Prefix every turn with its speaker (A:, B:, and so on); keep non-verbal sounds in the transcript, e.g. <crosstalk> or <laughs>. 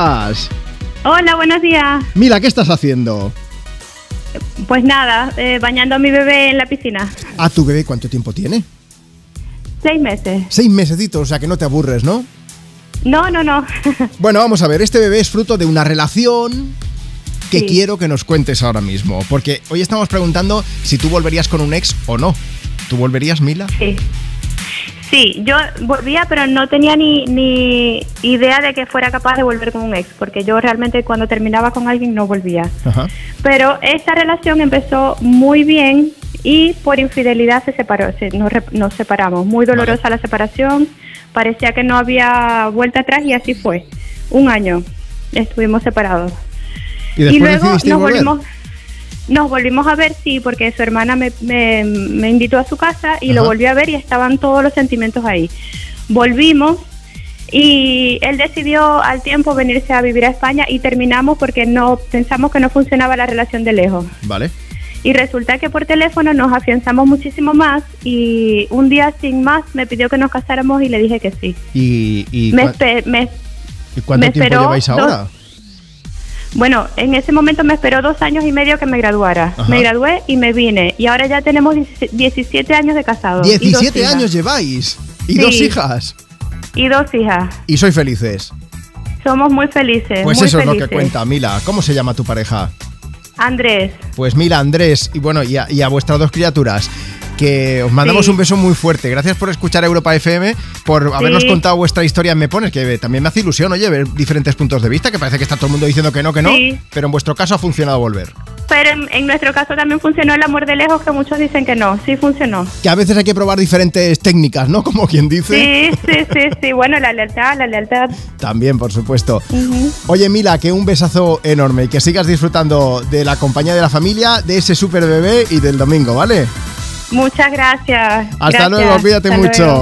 A: días.
B: Hola, buenos días.
A: Mira, ¿qué estás haciendo?
B: Pues nada, eh, bañando a mi bebé en la piscina.
A: ¿A tu Ah, bebé cuánto tiempo tiene?
B: Seis meses.
A: Seis mesecitos, o sea que no te aburres, ¿no?
B: No, no, no. <laughs>
A: Bueno, vamos a ver, este bebé es fruto de una relación que
B: Sí.
A: quiero que nos cuentes ahora mismo, porque hoy estamos preguntando si tú volverías con un ex o no. ¿Tú volverías, Mila?
B: Sí. Sí, yo volvía, pero no tenía ni, ni idea de que fuera capaz de volver con un ex, porque yo realmente cuando terminaba con alguien no volvía.
A: Ajá.
B: Pero esta relación empezó muy bien y por infidelidad se separó, se- nos, re- nos separamos. Muy dolorosa la separación, parecía que no había vuelta atrás y así fue. Un año estuvimos separados.
A: Y después
B: luego
A: decidiste
B: nos
A: volver.
B: volvimos, nos volvimos a ver, sí, porque su hermana me, me- me invitó a su casa y lo
A: Ajá.
B: volví a ver y estaban todos los sentimientos ahí. Volvimos y él decidió al tiempo venirse a vivir a España y terminamos porque no pensamos que no funcionaba la relación de lejos.
A: Vale.
B: Y resulta que por teléfono nos afianzamos muchísimo más y un día sin más me pidió que nos casáramos y le dije que sí.
A: ¿Y, y
B: Me,
A: cua-
B: espe- me
A: y cuánto
B: me
A: tiempo
B: esperó
A: lleváis
B: dos-
A: ahora?
B: Bueno, en ese momento me esperó dos años y medio que me graduara.
A: Ajá.
B: Me gradué y me vine. Y ahora ya tenemos 17 17 años de casados. y dos
A: 17
B: hijas.
A: años lleváis. Y
B: Sí.
A: dos hijas.
B: Y dos hijas.
A: Y sois felices.
B: Somos muy felices.
A: Pues
B: muy
A: eso es lo
B: felices.
A: que cuenta, Mila. ¿Cómo se llama tu pareja?
B: Andrés,
A: Pues mira, Andrés, y bueno, y a, y a vuestras dos criaturas, que os mandamos
B: Sí.
A: un beso muy fuerte. Gracias por escuchar Europa FM, por habernos
B: Sí.
A: contado vuestra historia en Me Pones, que también me hace ilusión, oye, ver diferentes puntos de vista, que parece que está todo el mundo diciendo que no, que no,
B: Sí.
A: pero en vuestro caso ha funcionado volver.
B: pero en, en nuestro caso también funcionó el amor de lejos, que muchos dicen que no. Sí funcionó.
A: Que a veces hay que probar diferentes técnicas, ¿no? <laughs> Como quien dice.
B: Sí, sí, sí, sí. Bueno, la lealtad, la lealtad.
A: También, por supuesto.
B: Ujú.
A: Oye, Mila, que un besazo enorme y que sigas disfrutando de la compañía de la familia, de ese super bebé y del domingo, ¿vale?
B: Muchas gracias.
A: Hasta
B: Gracias.
A: luego, cuídate
B: Hasta
A: mucho.
B: luego.